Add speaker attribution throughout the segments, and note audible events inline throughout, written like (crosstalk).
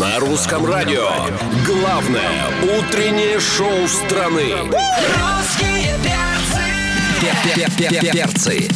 Speaker 1: На русском радио. Главное утреннее шоу страны.
Speaker 2: Русские перцы.
Speaker 1: Перцы.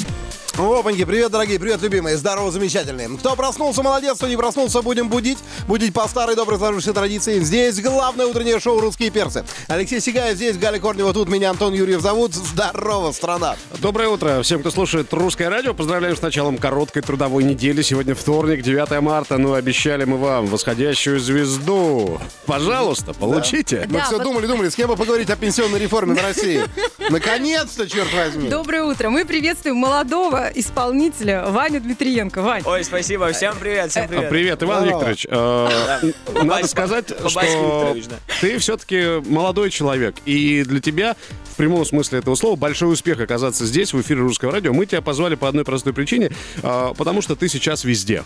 Speaker 3: Опаньки, привет, дорогие, привет, любимые, здорово, замечательные. Кто проснулся, молодец, кто не проснулся, будем будить. Будить по старой доброй сложившейся традиции. Здесь главное утреннее шоу «Русские перцы». Алексей Сигаев здесь, Галя Корнева тут, меня Антон Юрьев зовут. Здорово, страна.
Speaker 4: Доброе утро всем, кто слушает Русское радио. Поздравляю с началом короткой трудовой недели. Сегодня вторник, 9 марта. Ну, обещали мы вам восходящую звезду. Пожалуйста, получите.
Speaker 3: Мы
Speaker 5: Да,
Speaker 3: все
Speaker 5: вот-
Speaker 3: думали, думали, с кем бы поговорить о пенсионной реформе на России.
Speaker 5: (laughs)
Speaker 3: Наконец-то, черт возьми.
Speaker 5: Доброе утро. Мы приветствуем молодого исполнителя Ваню Дмитриенко. Вань,
Speaker 6: Ой, спасибо, всем привет, всем
Speaker 4: А,
Speaker 6: привет.
Speaker 4: Привет, Иван
Speaker 3: Здорово.
Speaker 4: Викторович. Э, Надо
Speaker 6: Бабась-
Speaker 4: сказать,
Speaker 6: Бабась
Speaker 4: что
Speaker 6: Викторович, да.
Speaker 4: ты все-таки молодой человек. И для тебя, в прямом смысле этого слова, большой успех оказаться здесь, в эфире Русского радио. Мы тебя позвали по одной простой причине, э, потому что ты сейчас везде.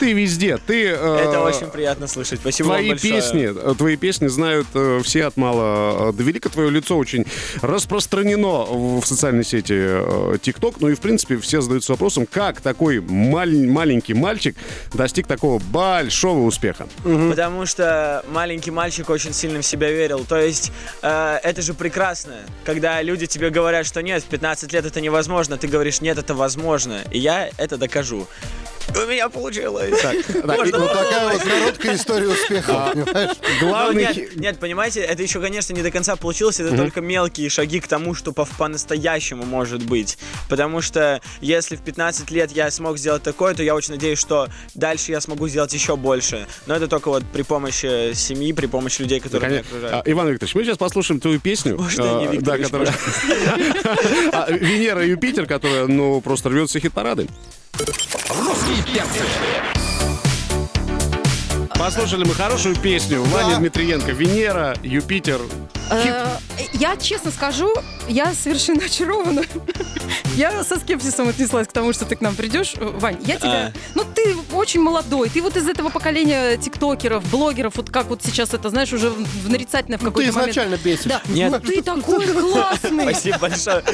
Speaker 4: Ты везде. Ты, э,
Speaker 6: Это очень приятно слышать, спасибо
Speaker 4: Твои
Speaker 6: вам большое.
Speaker 4: песни, э, твои песни знают э, все от мала э, до велика. Твое лицо очень распространено в в социальной сети э, TikTok. Ну и, в принципе, все задаются вопросом, как такой маль- маленький мальчик достиг такого большого успеха.
Speaker 6: Потому что маленький мальчик очень сильно в себя верил. То есть э, это же прекрасно, когда люди тебе говорят, что нет, в 15 лет это невозможно. Ты говоришь, нет, это возможно. И я это докажу. У меня получилось. Можно
Speaker 3: Вот такая вот короткая история успеха, понимаешь?
Speaker 6: Ну,
Speaker 4: А, Главный... хи-
Speaker 6: нет, нет, понимаете, это еще, конечно, не до конца получилось, это только мелкие шаги к тому, что по- по-настоящему может быть. Потому что если в 15 лет я смог сделать такое, то я очень надеюсь, что дальше я смогу сделать еще больше. Но это только вот при помощи семьи, при помощи людей, которые меня
Speaker 4: Конечно. А,
Speaker 6: окружают.
Speaker 4: Иван Викторович, мы сейчас послушаем твою песню.
Speaker 6: Можно не
Speaker 4: э,
Speaker 6: Викторович,
Speaker 4: которая- (laughs) А, Венера и Юпитер, которая, ну, просто рвет все хит-парады. Послушали мы хорошую песню Ваня Дмитриенко. Венера, Юпитер.
Speaker 5: э, я честно скажу, я совершенно очарована. (laughs) Я со скепсисом отнеслась к тому, что ты к нам придешь. Э, Вань, я тебя...
Speaker 6: А.
Speaker 5: Ну, ты очень молодой. Ты вот из этого поколения тиктокеров, блогеров, вот как вот сейчас это, знаешь, уже в в нарицательное в
Speaker 3: Ну, Ты
Speaker 5: какой-то момент.
Speaker 3: изначально бесишь.
Speaker 5: Да.
Speaker 6: Нет.
Speaker 5: Ты такой
Speaker 3: (laughs)
Speaker 4: А
Speaker 5: классный.
Speaker 6: Спасибо большое.
Speaker 5: Э,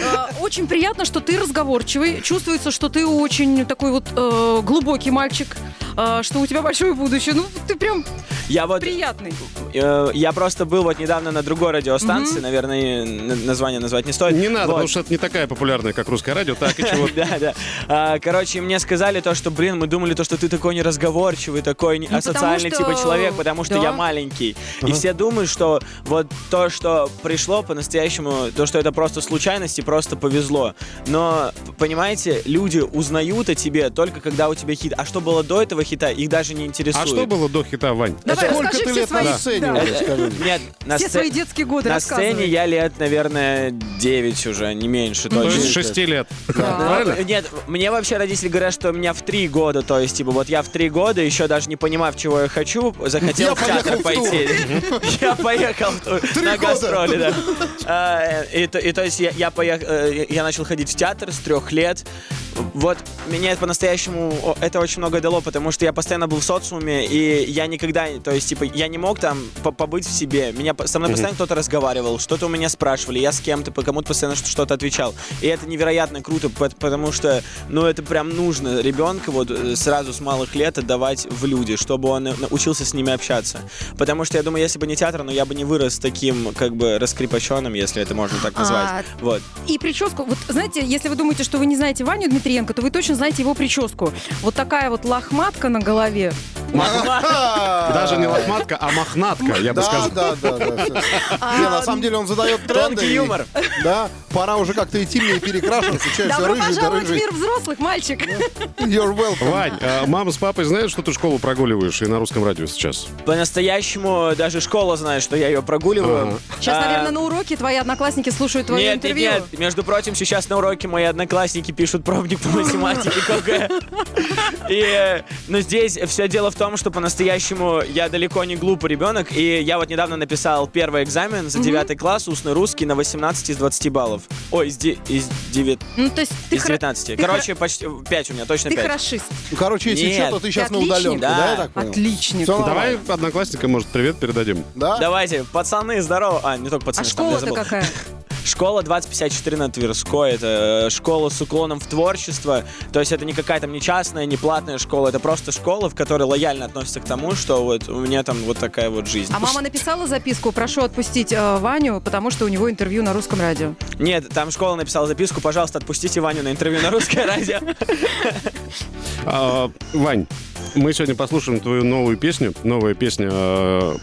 Speaker 5: Очень приятно, что ты разговорчивый. Чувствуется, что ты очень такой вот э, глубокий мальчик, э, что у тебя большое будущее. Ну, ты прям
Speaker 6: Я вот
Speaker 5: приятный.
Speaker 6: э, я просто был вот недавно на другой радиостанции, наверное, н- название назвать не стоит.
Speaker 4: Не надо,
Speaker 6: Вот.
Speaker 4: потому что это не такая популярная, как русское радио. Так и
Speaker 6: (laughs)
Speaker 4: чего.
Speaker 6: Да, да. А, Короче, мне сказали то, что, блин, мы думали то, что ты такой неразговорчивый, такой не-
Speaker 5: Ну,
Speaker 6: асоциальный
Speaker 5: потому что-
Speaker 6: типа человек, потому что
Speaker 5: да.
Speaker 6: я маленький. И все думают, что вот то, что пришло по-настоящему, то, что это просто случайность и просто повезло. Но, п- понимаете, люди узнают о тебе только когда у тебя хит. А что было до этого хита, их даже не интересует. Э,
Speaker 4: А что было до хита, Вань?
Speaker 5: Давай,
Speaker 3: Сколько
Speaker 5: расскажи
Speaker 3: ты
Speaker 5: все
Speaker 3: лет
Speaker 5: свои,
Speaker 3: на сцене
Speaker 5: да,
Speaker 3: уже, скажи?
Speaker 6: Нет, на,
Speaker 5: все
Speaker 6: сце-
Speaker 5: свои детские годы
Speaker 6: на
Speaker 5: рассказывай.
Speaker 6: сцене я лет, наверное, 9 уже, не меньше
Speaker 4: То есть
Speaker 6: точно.
Speaker 4: с 6 лет.
Speaker 6: Ну,
Speaker 4: Правильно?
Speaker 6: Нет, мне вообще родители говорят, что меня в три года, то есть, типа, вот я в три года, еще даже не понимав, чего я хочу, захотел
Speaker 3: Я
Speaker 6: в театр
Speaker 3: поехал в тур.
Speaker 6: пойти. (laughs) Я поехал в тур на
Speaker 3: года.
Speaker 6: гастроли, да. А, И, то- и то есть я- я поех- э, я начал ходить в театр с трех лет. Вот меня это по-настоящему о, это очень много дало, потому что я постоянно был в социуме, и я никогда, то есть, типа, я не мог там по- побыть в себе. Меня по- со мной постоянно кто-то разговаривал, что-то у меня спрашивали, я с кем-то, по кому-то постоянно что- что-то отвечал. И это невероятно круто, пот- потому что, ну, это прям нужно ребенка вот э, сразу с малых лет отдавать в люди, чтобы он э, научился с ними общаться. Потому что я думаю, если бы не театр, ну, я бы не вырос таким, как бы, раскрепощенным, если это можно так назвать.
Speaker 5: А,
Speaker 6: Вот.
Speaker 5: И прическу. Вот знаете, если вы думаете, что вы не знаете Ваню Дмитриенко, то вы точно знаете его прическу. Вот такая вот лохматка на голове.
Speaker 4: Даже не лохматка, а мохнатка, я бы
Speaker 3: Да,
Speaker 4: сказал.
Speaker 3: да, да, да. всё.
Speaker 5: А,
Speaker 3: Не, на самом деле он задает тренды.
Speaker 6: Тонкий
Speaker 3: и-
Speaker 6: юмор.
Speaker 3: Да, пора уже как-то идти мне и перекрашиваться. Че, все
Speaker 5: Добро
Speaker 3: рыжий, да
Speaker 5: пожаловать в
Speaker 3: рыжий.
Speaker 5: мир взрослых, мальчик.
Speaker 3: You're welcome.
Speaker 4: Вань, э, мама с папой знают, что ты школу прогуливаешь и на русском радио сейчас?
Speaker 6: По-настоящему даже школа знает, что я ее прогуливаю.
Speaker 5: Сейчас,
Speaker 6: А,
Speaker 5: наверное, на уроке твои одноклассники слушают твое
Speaker 6: нет,
Speaker 5: интервью.
Speaker 6: Нет, нет, между прочим, сейчас на уроке мои одноклассники пишут пробник по математике КГ. И, э, но здесь все дело в том, что по-настоящему я далеко не глупый ребенок, и я вот недавно написал первый экзамен за 9 класс, устный русский, на 18 из 20 баллов. Ой, из, де- из, девят-
Speaker 5: Ну, то есть ты,
Speaker 6: из
Speaker 5: хоро-
Speaker 6: 19.
Speaker 5: ты хоро-
Speaker 6: Короче, почти 5 у меня, точно
Speaker 5: ты
Speaker 6: 5.
Speaker 5: хорошист.
Speaker 3: Ну, Короче, если
Speaker 6: Нет.
Speaker 3: что, то ты сейчас
Speaker 5: Ты
Speaker 3: на удаленке,
Speaker 5: отличник.
Speaker 3: да,
Speaker 6: Да.
Speaker 3: я так понял?
Speaker 5: Отличник. А
Speaker 3: Всё
Speaker 4: Давай
Speaker 3: нормально,
Speaker 4: одноклассникам, может, привет передадим.
Speaker 3: Да?
Speaker 6: Давайте, пацаны, здорово. А, не только
Speaker 5: А
Speaker 6: пацаны. там я
Speaker 5: школа-то
Speaker 6: забыл.
Speaker 5: какая?
Speaker 6: Школа 2054 на Тверской. Это э, школа с уклоном в творчество. То есть это не какая там не частная, не платная школа. Это просто школа, в которой лояльно относятся к тому, что вот у меня там вот такая вот жизнь.
Speaker 5: А мама написала записку, прошу отпустить э, Ваню, потому что у него интервью на русском радио.
Speaker 6: Нет, там школа написала записку, пожалуйста, отпустите Ваню на интервью на русское радио.
Speaker 4: А, Вань, мы сегодня послушаем твою новую песню. Новая песня э,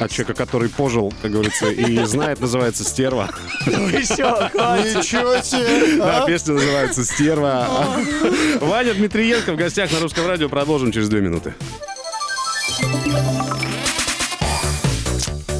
Speaker 4: от человека, который пожил, как говорится, и знает, называется «Стерва».
Speaker 6: Ну
Speaker 3: Ничего себе! а?
Speaker 4: Да, песня называется «Стерва». Ваня Дмитриенко в гостях на Русском радио. Продолжим через две минуты.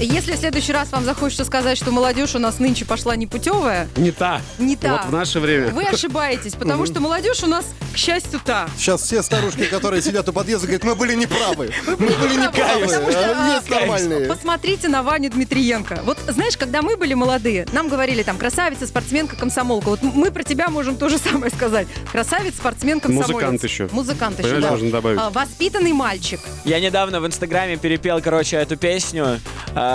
Speaker 5: Если в следующий раз вам захочется сказать, что молодежь у нас нынче пошла непутевая,
Speaker 4: (laughs) Не та.
Speaker 5: Не та.
Speaker 4: Вот в наше время.
Speaker 5: вы ошибаетесь, потому что молодежь у нас, к счастью, та.
Speaker 3: Сейчас все старушки, которые сидят у подъезда, говорят, мы были неправы. Мы были неправы.
Speaker 5: Потому что,
Speaker 3: А
Speaker 5: а,
Speaker 3: Есть нормальные.
Speaker 5: Посмотрите на Ваню Дмитриенко. Вот знаешь, когда мы были молодые, нам говорили там красавица, спортсменка, комсомолка. Вот мы про тебя можем то же самое сказать. Красавец, спортсмен, комсомолец.
Speaker 4: Музыкант еще.
Speaker 5: Музыкант еще,
Speaker 4: Понимаешь,
Speaker 5: да.
Speaker 4: можно добавить.
Speaker 5: А, воспитанный мальчик.
Speaker 6: Я недавно в Инстаграме перепел, короче, эту песню. А,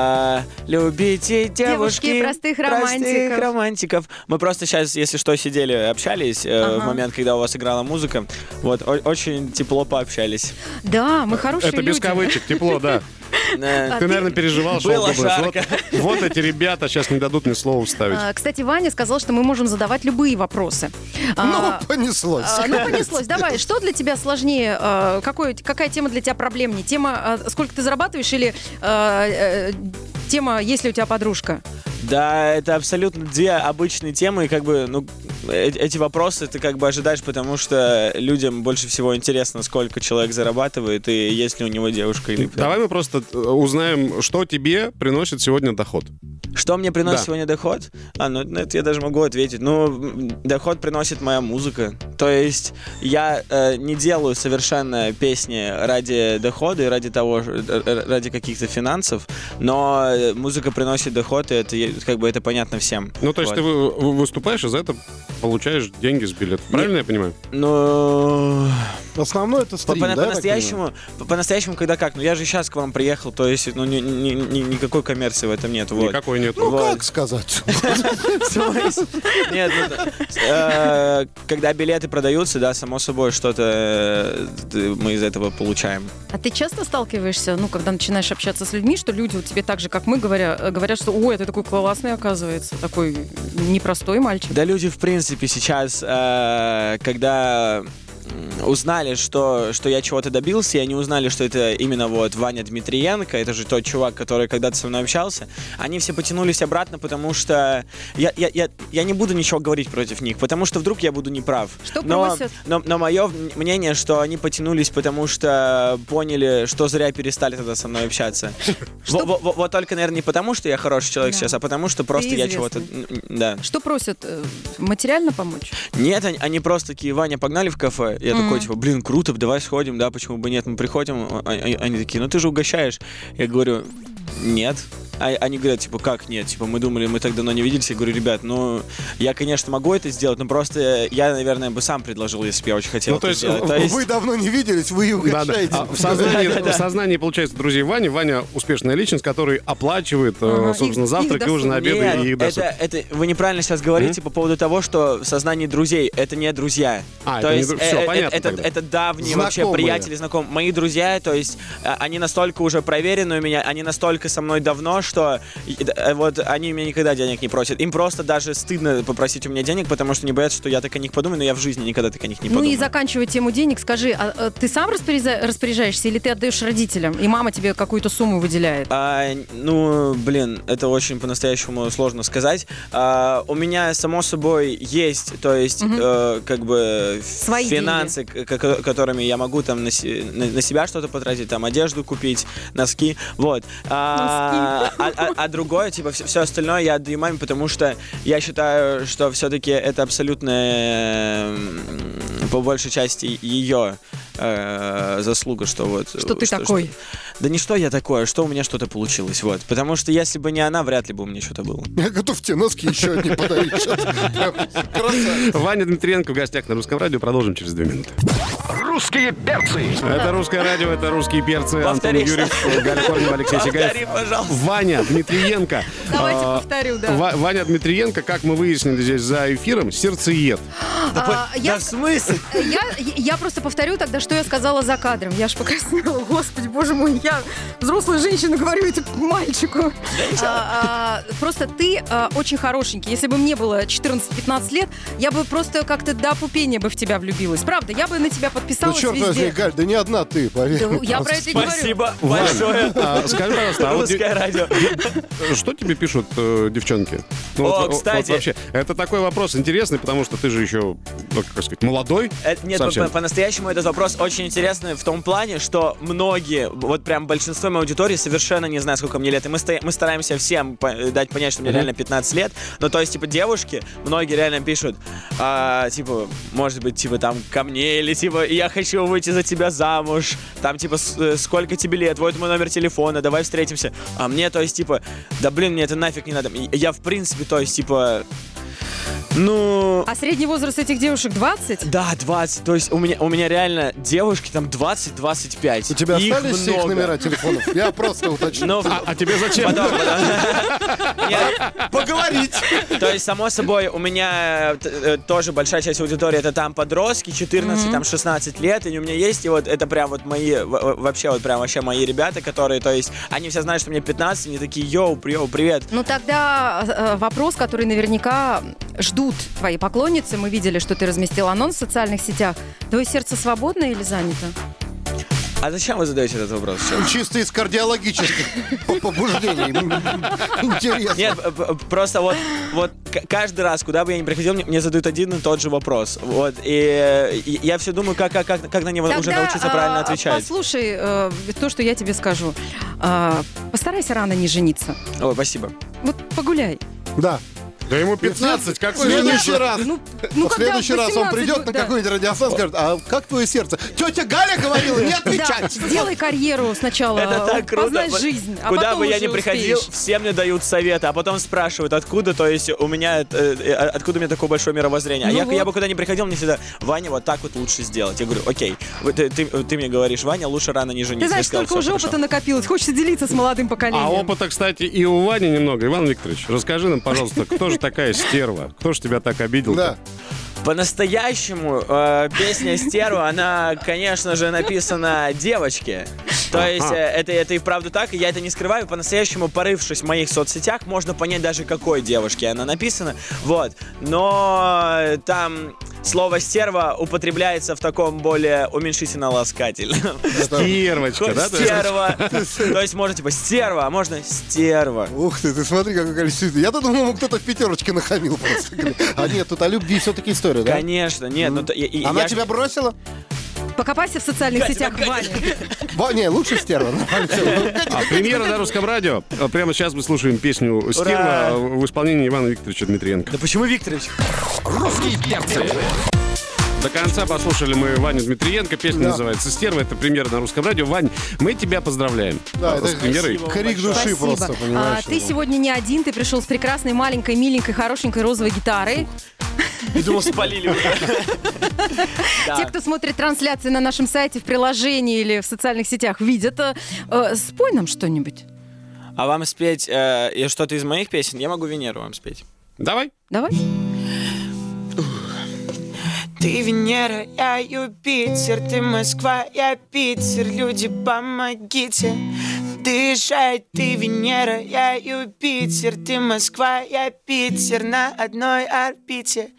Speaker 6: Любите девушки,
Speaker 5: Девушки простых романтиков».
Speaker 6: романтиков». Мы просто сейчас, если что, сидели, общались э, в момент, когда у вас играла музыка. Вот, о- очень тепло пообщались.
Speaker 5: Да, мы хорошие
Speaker 4: А, Это
Speaker 5: люди.
Speaker 4: без кавычек, тепло, да.
Speaker 6: Э,
Speaker 5: А
Speaker 4: Ты,
Speaker 5: ты-
Speaker 4: наверное, переживал, что
Speaker 6: Было
Speaker 4: он думаешь,
Speaker 6: жарко.
Speaker 4: Вот, вот эти ребята сейчас не дадут мне слова вставить.
Speaker 5: А, Кстати, Ваня сказал, что мы можем задавать любые вопросы.
Speaker 3: Ну,
Speaker 5: А,
Speaker 3: понеслось.
Speaker 5: а, Ну, понеслось. Давай, что для тебя сложнее? А, какой- Какая тема для тебя проблемнее? Тема, а, сколько ты зарабатываешь или а, э, тема, есть ли у тебя подружка?
Speaker 6: Да, это абсолютно две обычные темы, и как бы, ну, э- эти вопросы ты как бы ожидаешь, потому что людям больше всего интересно, сколько человек зарабатывает и есть ли у него девушка или...
Speaker 4: Давай мы просто э, узнаем, что тебе приносит сегодня доход.
Speaker 6: Что мне приносит
Speaker 4: Да.
Speaker 6: сегодня доход? А, ну на это я даже могу ответить. Ну, м, доход приносит моя музыка. То есть я э, не делаю совершенно песни ради дохода и ради того, ж- э, э, ради каких-то финансов, но э, музыка приносит доход, и это е- как бы это понятно всем.
Speaker 4: Ну, то есть
Speaker 6: Вот.
Speaker 4: ты вы- вы- выступаешь, и за это получаешь деньги с билетов. Правильно я понимаю?
Speaker 6: Ну...
Speaker 3: Основное это
Speaker 6: По-
Speaker 3: стрим,
Speaker 6: по-
Speaker 3: да, я так
Speaker 6: По-настоящему, по- по-настоящему, когда как? Ну я же сейчас к вам приехал, то есть, ну ни- ни- ни- никакой коммерции в этом нет. Вот. (laughs)
Speaker 4: Никакой нет.
Speaker 3: понимаю? Ну,
Speaker 6: Вот.
Speaker 3: как сказать?
Speaker 6: То есть, Нет, ну, да. Э, когда билеты продаются, да, само собой что-то э, мы из этого получаем.
Speaker 5: А ты часто сталкиваешься, ну, когда начинаешь общаться с людьми, что люди вот тебе так же, как мы, говорят, говорят, что «Ой, это такой классный, оказывается, такой непростой мальчик».
Speaker 6: Да люди, в принципе, сейчас, э, когда м, узнали, что, что я чего-то добился, и они узнали, что это именно вот Ваня Дмитриенко, это же тот чувак, который когда-то со мной общался, они все потянулись обратно, потому что я, я, я, я не буду ничего говорить против них, потому что вдруг я буду неправ.
Speaker 5: Что
Speaker 6: но,
Speaker 5: приносят?
Speaker 6: но, но мое мнение, что они потянулись, потому что поняли, что зря перестали тогда со
Speaker 5: (laughs)
Speaker 6: мной общаться. Во- во- во- Вот только, наверное, не потому, что я хороший человек
Speaker 5: Да.
Speaker 6: сейчас, а потому что просто я чего-то...
Speaker 5: известный.
Speaker 6: м, м, Да.
Speaker 5: Что просят? э, Материально помочь?
Speaker 6: Нет, они, они просто такие, Ваня, погнали в кафе. Я такой, типа, блин, круто, давай сходим, да, почему бы нет, мы приходим. а- а- Они, такие, ну ты же угощаешь. Я говорю, нет. А- Они говорят, типа, как нет? Типа, мы думали, мы так давно не виделись. Я говорю, ребят, ну, я, конечно, могу это сделать, но просто я, наверное, бы сам предложил, если бы я очень хотел
Speaker 4: Ну, то
Speaker 6: это
Speaker 4: есть,
Speaker 6: сделать. (laughs) То есть-
Speaker 3: Вы давно не виделись, вы и
Speaker 4: Да-да.
Speaker 3: угощаете.
Speaker 4: А в, сознании, в сознании, получается, друзей Вани. Ваня успешная личность, который оплачивает, э,
Speaker 5: Ага,
Speaker 4: собственно,
Speaker 5: их-
Speaker 4: завтрак
Speaker 5: их
Speaker 4: и ужин,
Speaker 5: досуг.
Speaker 4: обеды
Speaker 6: Нет,
Speaker 4: и их досуг.
Speaker 6: это, это вы неправильно сейчас говорите по поводу того, что в сознании друзей это не друзья.
Speaker 4: А,
Speaker 6: то
Speaker 4: это не
Speaker 6: есть
Speaker 4: дру- всё,
Speaker 6: э, э,
Speaker 4: понятно
Speaker 6: это,
Speaker 4: тогда.
Speaker 6: это давние
Speaker 3: Знакомые.
Speaker 6: вообще приятели, знакомые. Мои друзья, то есть э, они настолько уже проверены у меня, они настолько со мной давно, что э, э, вот они у меня никогда денег не просят. Им просто даже стыдно попросить у меня денег, потому что не боятся, что я так о них подумаю, но я в жизни никогда так о них не
Speaker 5: ну
Speaker 6: подумаю.
Speaker 5: и заканчивая тему денег, скажи, а, а ты сам распоряжа- распоряжаешься или ты отдаешь родителям, и мама тебе какую-то сумму выделяет?
Speaker 6: А, ну, блин, это очень по-настоящему сложно сказать. А, у меня, само собой, есть, то есть, э, как бы,
Speaker 5: Свои
Speaker 6: финансы, к- ко- которыми я могу там на, се- на- на себя что-то потратить, там, одежду купить, носки, вот. А, а- а- а другое, типа, все, остальное я отдаю маме, потому что я считаю, что все-таки это абсолютно, эм, по большей части, ее заслуга, что вот...
Speaker 5: Что ты такой.
Speaker 6: Да не что я такое, что у меня что-то получилось, вот. Потому что если бы не она, вряд ли бы у меня что-то было.
Speaker 3: Готовьте носки еще одни подарить.
Speaker 6: (laughs)
Speaker 3: Прям красавчик.
Speaker 4: Ваня Дмитриенко в гостях на Русском радио. Продолжим через две минуты.
Speaker 1: Русские перцы.
Speaker 4: Это русское радио, это русские перцы. Антон
Speaker 6: Повтори,
Speaker 4: Юрьев, Галя Корнева,
Speaker 6: (laughs)
Speaker 4: Алексей
Speaker 6: Повтори,
Speaker 4: Сигаев.
Speaker 6: пожалуйста.
Speaker 4: Ваня Дмитриенко.
Speaker 5: Давайте
Speaker 4: А,
Speaker 5: повторю, да.
Speaker 4: Ва- Ваня Дмитриенко, как мы выяснили здесь за эфиром, сердцеед.
Speaker 5: А,
Speaker 6: Да
Speaker 5: я, э, (laughs)
Speaker 6: в смысле?
Speaker 5: я, я просто повторю тогда, что я сказала за кадром. Я аж покраснела. (laughs) Господи, боже мой, я взрослая женщина говорю это мальчику. А, а, просто ты а, очень хорошенький. Если бы мне было 14-15 лет, я бы просто как-то до пупения бы в тебя влюбилась. Правда, я бы на тебя
Speaker 3: Ну,
Speaker 5: подписалась
Speaker 3: черт возьми,
Speaker 5: везде.
Speaker 3: Галь, да не одна ты, поверь.
Speaker 5: Да, Я
Speaker 3: Просто.
Speaker 5: про это и говорю.
Speaker 6: Спасибо большое.
Speaker 4: А, Скажи, пожалуйста, а вот
Speaker 6: Русское радио.
Speaker 4: де- что тебе пишут э, девчонки? Ну,
Speaker 6: О,
Speaker 4: вот- вот
Speaker 6: кстати.
Speaker 4: вообще, это такой вопрос интересный, потому что ты же еще, ну, как сказать, молодой.
Speaker 6: Это, нет,
Speaker 4: совсем.
Speaker 6: по- по-настоящему этот вопрос очень интересный в том плане, что многие, вот прям большинство моей аудитории совершенно не знают, сколько мне лет. И мы, ста- мы стараемся всем по- дать понять, что мне реально 15 лет. Но то есть, типа, девушки, многие реально пишут, а, типа, может быть, типа, там, ко мне, или типа, я хочу выйти за тебя замуж, там, типа, с- э, сколько тебе лет, вот мой номер телефона, давай встретимся. А мне, то есть, типа, да блин, мне это нафиг не надо. И Я, в принципе, то есть, типа, ну...
Speaker 5: А средний возраст этих девушек 20?
Speaker 6: Да, 20. То есть у меня, у меня реально девушки там 20-25.
Speaker 3: У тебя
Speaker 6: Их
Speaker 3: остались все их
Speaker 6: много.
Speaker 3: номера телефонов? Я просто уточню.
Speaker 6: Ну,
Speaker 4: А, а тебе
Speaker 6: (laughs)
Speaker 4: зачем?
Speaker 6: потом, потом. Нет,
Speaker 3: А, Поговорить.
Speaker 6: То есть, само собой, у меня э, т- э, тоже большая часть аудитории это там подростки, 14, там 16 лет, и у меня есть, и вот это прям вот мои, в- в- вообще вот прям вообще мои ребята, которые, то есть, они все знают, что мне 15, они такие, йоу, йоу, привет.
Speaker 5: Ну тогда э, вопрос, который наверняка ждут твои поклонницы. Мы видели, что ты разместил анонс в социальных сетях. Твое сердце свободно или занято?
Speaker 6: А зачем вы задаете этот вопрос? Чё?
Speaker 3: (laughs) Чисто из кардиологических по- побуждений. Интересно.
Speaker 6: Нет, п- п- просто вот, вот к- каждый раз, куда бы я ни приходил, мне, мне задают один и тот же вопрос. Вот, и, и я все думаю, как, как, как, как на него уже
Speaker 5: Тогда,
Speaker 6: научиться
Speaker 5: а,
Speaker 6: правильно отвечать.
Speaker 5: Послушай э, то, что я тебе скажу. А, постарайся рано не жениться.
Speaker 6: Ой, спасибо.
Speaker 5: Вот погуляй.
Speaker 3: Да.
Speaker 4: Да ему 15,
Speaker 3: В
Speaker 4: какой же
Speaker 3: следующий
Speaker 4: он?
Speaker 3: раз.
Speaker 5: Ну,
Speaker 3: в следующий раз он придет на
Speaker 5: какой
Speaker 3: какой-нибудь радиостанцию и скажет, а как твое сердце? Тетя Галя говорила, не
Speaker 5: Да,
Speaker 3: отвечать.
Speaker 5: сделай карьеру сначала,
Speaker 6: Это так круто.
Speaker 5: познай
Speaker 6: Вот
Speaker 5: Э, жизнь, а
Speaker 6: Куда
Speaker 5: потом
Speaker 6: бы я
Speaker 5: уже
Speaker 6: ни приходил,
Speaker 5: успеешь.
Speaker 6: все мне дают советы, а потом спрашивают, откуда, то есть у меня, э, э, откуда у меня такое большое мировоззрение. а
Speaker 5: Ну
Speaker 6: я, я
Speaker 5: вот.
Speaker 6: бы куда ни приходил, мне всегда, Ваня, вот так вот лучше сделать. Я говорю, окей, вот ты, ты- ты мне говоришь, Ваня, лучше рано не жениться.
Speaker 5: Ты
Speaker 6: Я
Speaker 5: знаешь,
Speaker 6: сказал,
Speaker 5: столько уже
Speaker 6: «Всё, хорошо».
Speaker 5: опыта накопилось, хочется делиться с молодым поколением.
Speaker 4: А опыта, кстати, и у Вани немного. Иван Викторович, расскажи нам, пожалуйста, кто же такая стерва? Кто же тебя так обидел?
Speaker 3: Да.
Speaker 6: По-настоящему э, песня «Стерва», она, конечно же, написана девочке. То есть э, это, это и вправду так, и я это не скрываю. По-настоящему, порывшись в моих соцсетях, можно понять даже, какой девушке она написана. Вот. Но э, там слово «стерва» употребляется в таком более уменьшительно-ласкательном.
Speaker 4: Стервочка, да?
Speaker 6: Стерва. То есть можно типа «стерва», а можно «стерва».
Speaker 3: Ух ты, ты смотри, какое количество. Я-то думал, ему кто-то в пятерочке нахамил просто. А нет, тут о любви все-таки история, да?
Speaker 6: Конечно, нет, ну то- и- и
Speaker 3: Она
Speaker 6: я-
Speaker 3: тебя бросила?
Speaker 5: Покопайся в социальных сетях, Ваня.
Speaker 3: Ба- Не, лучше стерва.
Speaker 4: А премьера на русском радио. А Прямо сейчас мы слушаем песню «Стерва» в исполнении Ивана Викторовича Дмитриенко.
Speaker 6: Да почему Викторович?
Speaker 1: Русские перцы.
Speaker 4: До конца послушали мы Ваню Дмитриенко. Песня называется «Стерва». Это премьера на русском радио. Вань, мы тебя поздравляем
Speaker 3: Да,
Speaker 4: а, с
Speaker 3: это
Speaker 4: премьерой.
Speaker 3: Крик души
Speaker 5: Спасибо.
Speaker 3: просто, понимаешь? ну.
Speaker 5: А, ты сегодня не один, ты пришел с прекрасной маленькой, миленькой, хорошенькой розовой гитарой.
Speaker 6: Я думал, спалили меня. Да.
Speaker 5: (laughs) Те, кто смотрит трансляции на нашем сайте, в приложении или в социальных сетях, видят. э, э, спой нам что-нибудь.
Speaker 6: А вам спеть э, и что-то из моих песен? Я могу Венеру вам спеть.
Speaker 4: Давай.
Speaker 5: Давай.
Speaker 7: Ты Венера, я Юпитер, ты Москва, я Питер, люди, помогите дышать. Ты Венера, я Юпитер, ты Москва, я Питер на одной орбите.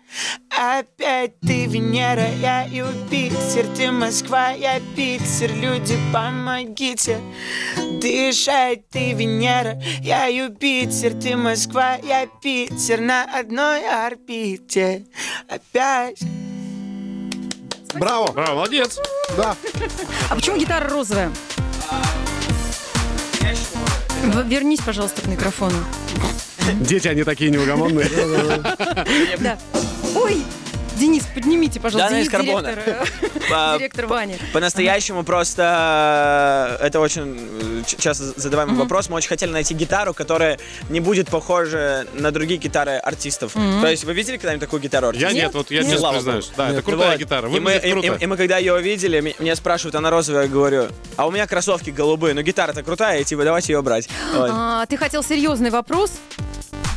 Speaker 7: Опять ты Венера, я Юпитер, ты Москва, я Питер, люди, помогите дышать. Ты Венера, я Юпитер, ты Москва, я Питер на одной орбите. Опять.
Speaker 3: Браво.
Speaker 4: Браво, молодец.
Speaker 3: Да.
Speaker 5: А почему гитара розовая? В- вернись, пожалуйста, к микрофону.
Speaker 4: Дети, они такие неугомонные.
Speaker 5: Да. Ой! Денис, поднимите, пожалуйста.
Speaker 6: Дана
Speaker 5: Денис,
Speaker 6: из карбона.
Speaker 5: директор, э,
Speaker 6: А,
Speaker 5: директор Вани.
Speaker 6: По-настоящему просто э, это очень э, ч- часто задаваемый вопрос. Мы очень хотели найти гитару, которая не будет похожа на другие гитары артистов. То есть вы видели когда-нибудь такую гитару артиста?
Speaker 4: Я нет, вот я
Speaker 5: Нет.
Speaker 4: честно
Speaker 6: Слава
Speaker 4: признаюсь.
Speaker 6: богу.
Speaker 4: Да, это крутая
Speaker 6: Вот.
Speaker 4: гитара.
Speaker 6: И мы,
Speaker 4: Выглядит
Speaker 6: и-
Speaker 4: круто.
Speaker 6: и- и мы когда ее увидели, м- меня спрашивают, она розовая, я говорю, а у меня кроссовки голубые, но гитара-то крутая, и типа давайте ее брать. Вот.
Speaker 5: А, Ты хотел серьезный вопрос.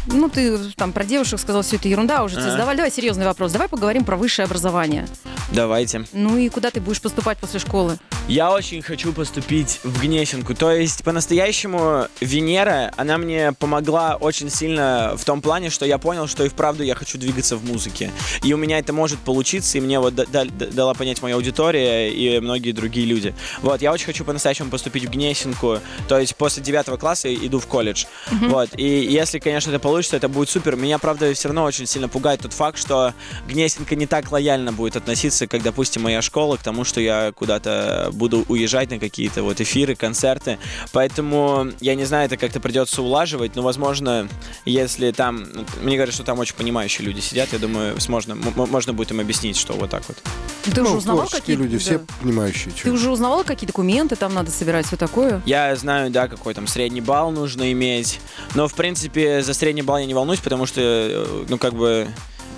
Speaker 5: Ну, ты там про девушек сказал, все это ерунда уже тебе
Speaker 6: Ага.
Speaker 5: задавали. Давай серьезный вопрос. Давай поговорим про высшее образование.
Speaker 6: Давайте.
Speaker 5: Ну и куда ты будешь поступать после школы?
Speaker 6: Я очень хочу поступить в Гнесинку. То есть, по-настоящему, Венера, она мне помогла очень сильно в том плане, что я понял, что и вправду я хочу двигаться в музыке. И у меня это может получиться, и мне вот да- да- да- дала понять моя аудитория и многие другие люди. Вот, я очень хочу по-настоящему поступить в Гнесинку. То есть, после девятого класса я иду в колледж. Вот, и если, конечно, это получится, это будет супер. Меня, правда, все равно очень сильно пугает тот факт, что Гнесинка не так лояльно будет относиться, как, допустим, моя школа, к тому, что я куда-то буду уезжать на какие-то вот эфиры, концерты. Поэтому, я не знаю, это как-то придется улаживать, но, возможно, если там... ну, Мне говорят, что там очень понимающие люди сидят, я думаю, сможно, м- м- можно будет им объяснить, что вот так вот.
Speaker 5: Ты уже
Speaker 3: Ну,
Speaker 5: узнавал какие
Speaker 3: творческие люди, все
Speaker 5: да.
Speaker 3: понимающие. чё.
Speaker 5: Ты уже узнавал, какие документы там надо собирать, все такое?
Speaker 6: Я знаю, да, какой там средний балл нужно иметь. Но, в принципе, за средний балл я не волнуюсь, потому что, э, ну, как бы,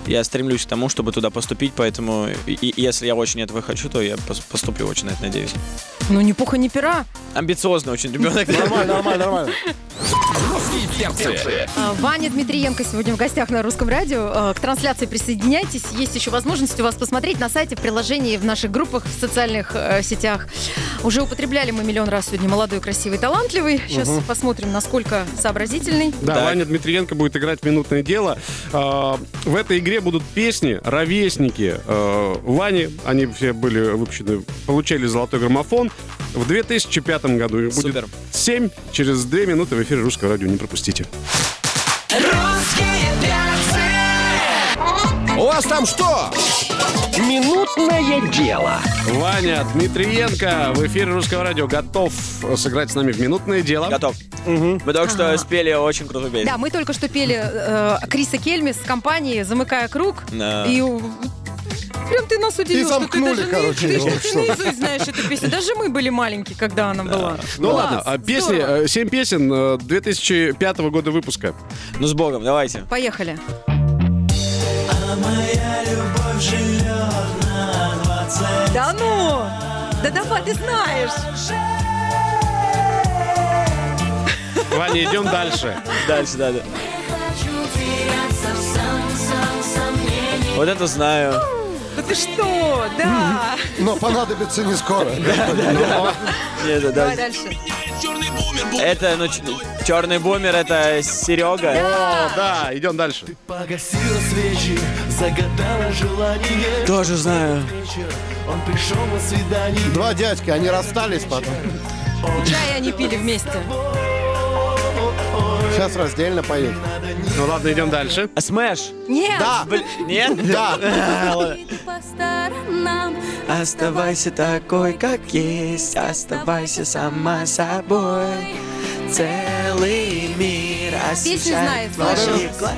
Speaker 6: я стремлюсь к тому, чтобы туда поступить, поэтому, и, и если я очень этого хочу, то я пос- поступлю, очень на это надеюсь.
Speaker 5: Ну, ни пуха, ни пера.
Speaker 6: Амбициозный очень ребенок.
Speaker 3: Нормально, (laughs) нормально, нормально.
Speaker 1: Русские перцы.
Speaker 5: А, Ваня Дмитриенко сегодня в гостях на Русском радио. А, К трансляции присоединяйтесь. Есть еще возможность у вас посмотреть на сайте, в приложении, в наших группах, в социальных э, сетях. Уже употребляли мы миллион раз сегодня молодой, красивый, талантливый. Сейчас посмотрим, насколько сообразительный.
Speaker 4: Да,
Speaker 6: Так.
Speaker 4: Ваня Дмитриенко будет играть в «Минутное дело». А, В этой игре будут песни «Ровесники». а, Вани, они все были выпущены, получили золотой граммофон в 2005 году. Их будет
Speaker 6: Супер.
Speaker 4: 7 через 2 минуты в эфире «Русского радио». Не пропустите.
Speaker 2: Русские перцы.
Speaker 1: У вас там что? Минутное дело.
Speaker 4: Ваня Дмитриенко в эфире «Русского радио» готов сыграть с нами в «Минутное дело».
Speaker 6: Готов. Мы только что спели очень крутую песню.
Speaker 5: Да, мы только что пели э, Криса Кельми с компанией «Замыкая круг».
Speaker 6: Да.
Speaker 5: И у- прям ты нас
Speaker 3: И
Speaker 5: удивил, что ты
Speaker 3: замкнули,
Speaker 5: даже, на-
Speaker 3: короче,
Speaker 5: ты, (laughs)
Speaker 3: его,
Speaker 5: ты
Speaker 3: что ли.
Speaker 5: наизусть знаешь эту песню. Даже мы были маленькие, когда она была.
Speaker 4: Ну
Speaker 5: Класс,
Speaker 4: ладно, а песни,
Speaker 5: здорово.
Speaker 4: 7 песен э, 2005 года выпуска.
Speaker 6: Ну, с Богом, давайте.
Speaker 5: Поехали. Да ну! Да давай, ты знаешь!
Speaker 4: Ваня, идем дальше.
Speaker 6: Дальше, да, да. Вот это знаю.
Speaker 5: Да ты что? Да!
Speaker 3: Но понадобится не (laughs) скоро.
Speaker 6: Нет, да, да.
Speaker 5: Давай дальше.
Speaker 6: Это, ну, черный бумер, это Серега.
Speaker 4: О, да, идем дальше.
Speaker 8: Погасила свечи, загадала желание
Speaker 6: Тоже знаю.
Speaker 8: Вечер, он пришел на свидание
Speaker 3: Два дядьки, они расстались потом.
Speaker 5: Чай они пили вместе.
Speaker 3: Сейчас раздельно поют.
Speaker 4: Ну ладно, идем дальше.
Speaker 6: А Смэш?
Speaker 5: Нет!
Speaker 3: Да,
Speaker 6: Блин, Нет?
Speaker 3: да.
Speaker 9: Иди по сторонам,
Speaker 6: Оставайся такой, как есть, оставайся сама собой. Целый мир
Speaker 5: Песню знает, слышал.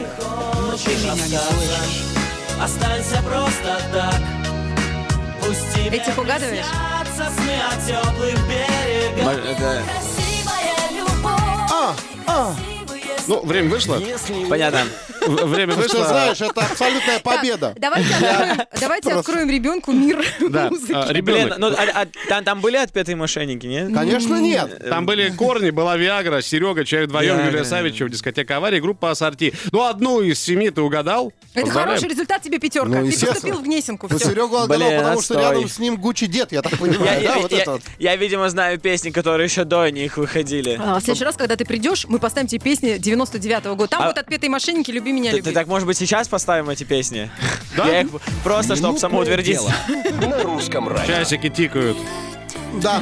Speaker 8: Останься просто так Пусть тебе
Speaker 5: Этих угадываешь?
Speaker 8: снятся сны о теплых берегах
Speaker 9: красивая любовь.
Speaker 4: Ну, время вышло.
Speaker 6: Понятно.
Speaker 4: В- Время
Speaker 3: Ты Ну что
Speaker 4: вышло.
Speaker 3: знаешь, это абсолютная победа. (laughs)
Speaker 5: Давайте откроем, давайте откроем ребенку мир
Speaker 4: Да.
Speaker 5: музыки.
Speaker 4: а,
Speaker 6: Блин,
Speaker 4: Ребенок.
Speaker 6: ну а- а там, там были отпетые мошенники, нет?
Speaker 3: Конечно, нет.
Speaker 4: Там были корни, была Виагра, Серега, чай вдвоем,
Speaker 6: ну, Виагра.
Speaker 4: Юлия Савичева, дискотека аварии, группа Ассорти. Ну, одну из семи ты угадал.
Speaker 5: Это
Speaker 4: Поздравляем.
Speaker 5: хороший результат, тебе пятерка.
Speaker 3: Ну,
Speaker 5: Ты
Speaker 3: естественно.
Speaker 5: поступил в Гнесинку.
Speaker 3: Ну,
Speaker 5: всё.
Speaker 3: Серегу отдала,
Speaker 6: Блин,
Speaker 3: потому что
Speaker 6: отстой.
Speaker 3: рядом с ним Гуччи дед, я так
Speaker 6: Я,
Speaker 3: понимаю,
Speaker 6: я-
Speaker 3: да? Вот
Speaker 6: я-
Speaker 3: это вот.
Speaker 6: я, видимо, знаю песни, которые еще до них выходили.
Speaker 5: А, в следующий раз, когда ты придешь, мы поставим тебе песни 99-го года. Там
Speaker 6: А-
Speaker 5: будут отпетые мошенники, люби меня,
Speaker 6: Ты,
Speaker 5: люби.
Speaker 6: ты так, может быть, сейчас поставим эти песни?
Speaker 8: Ну,
Speaker 6: Я их просто, чтобы самоутвердиться.
Speaker 1: На русском радио.
Speaker 4: Часики тикают.
Speaker 3: Да,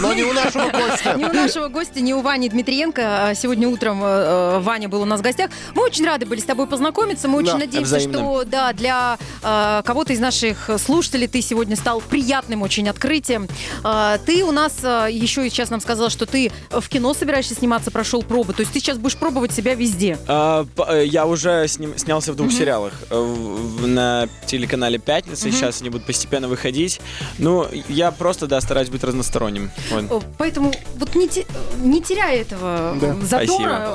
Speaker 3: но не у
Speaker 5: (laughs)
Speaker 3: нашего гостя.
Speaker 5: Ни у нашего гостя, ни у Вани Дмитриенко. А, Сегодня утром э, э, Ваня был у нас в гостях. Мы очень рады были с тобой познакомиться. Мы очень
Speaker 3: Да,
Speaker 5: надеемся,
Speaker 6: взаимно.
Speaker 5: что да, для э, кого-то из наших слушателей ты сегодня стал приятным очень открытием. Э, Ты у нас э, еще и сейчас нам сказал, что ты в кино собираешься сниматься, прошел пробы. То есть ты сейчас будешь пробовать себя везде.
Speaker 6: А, п- э, Я уже сним- снялся в двух сериалах Э, в- в- на телеканале Пятница. Сейчас они будут постепенно выходить. Ну, я просто да стараюсь быть разносторонним. Вот.
Speaker 5: Э, Поэтому вот не, те- не теряй этого э, задора.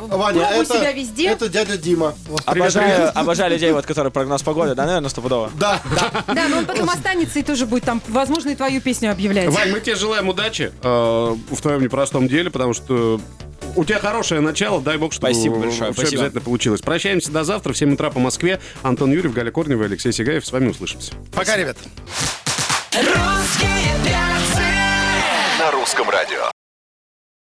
Speaker 6: Спасибо.
Speaker 3: Ваня,
Speaker 5: Пробуй
Speaker 3: это,
Speaker 5: себя везде.
Speaker 3: это дядя Дима. Вот.
Speaker 6: Обожаю, обожаю людей, вот, которые прогноз погоды, да, наверное, стопудово.
Speaker 3: Да,
Speaker 5: Да, но он потом останется и тоже будет там, возможно, и твою песню объявлять.
Speaker 4: Вань, мы тебе желаем удачи э, в твоем непростом деле, потому что у тебя хорошее начало, дай бог, чтобы
Speaker 6: Спасибо большое,
Speaker 4: все
Speaker 6: спасибо.
Speaker 4: обязательно получилось. Прощаемся до завтра, в 7 утра по Москве. Антон Юрьев, Галя Корнева, Алексей Сигаев. С вами услышимся.
Speaker 3: пока, ребят.
Speaker 2: Русские перцы.
Speaker 1: На русском радио.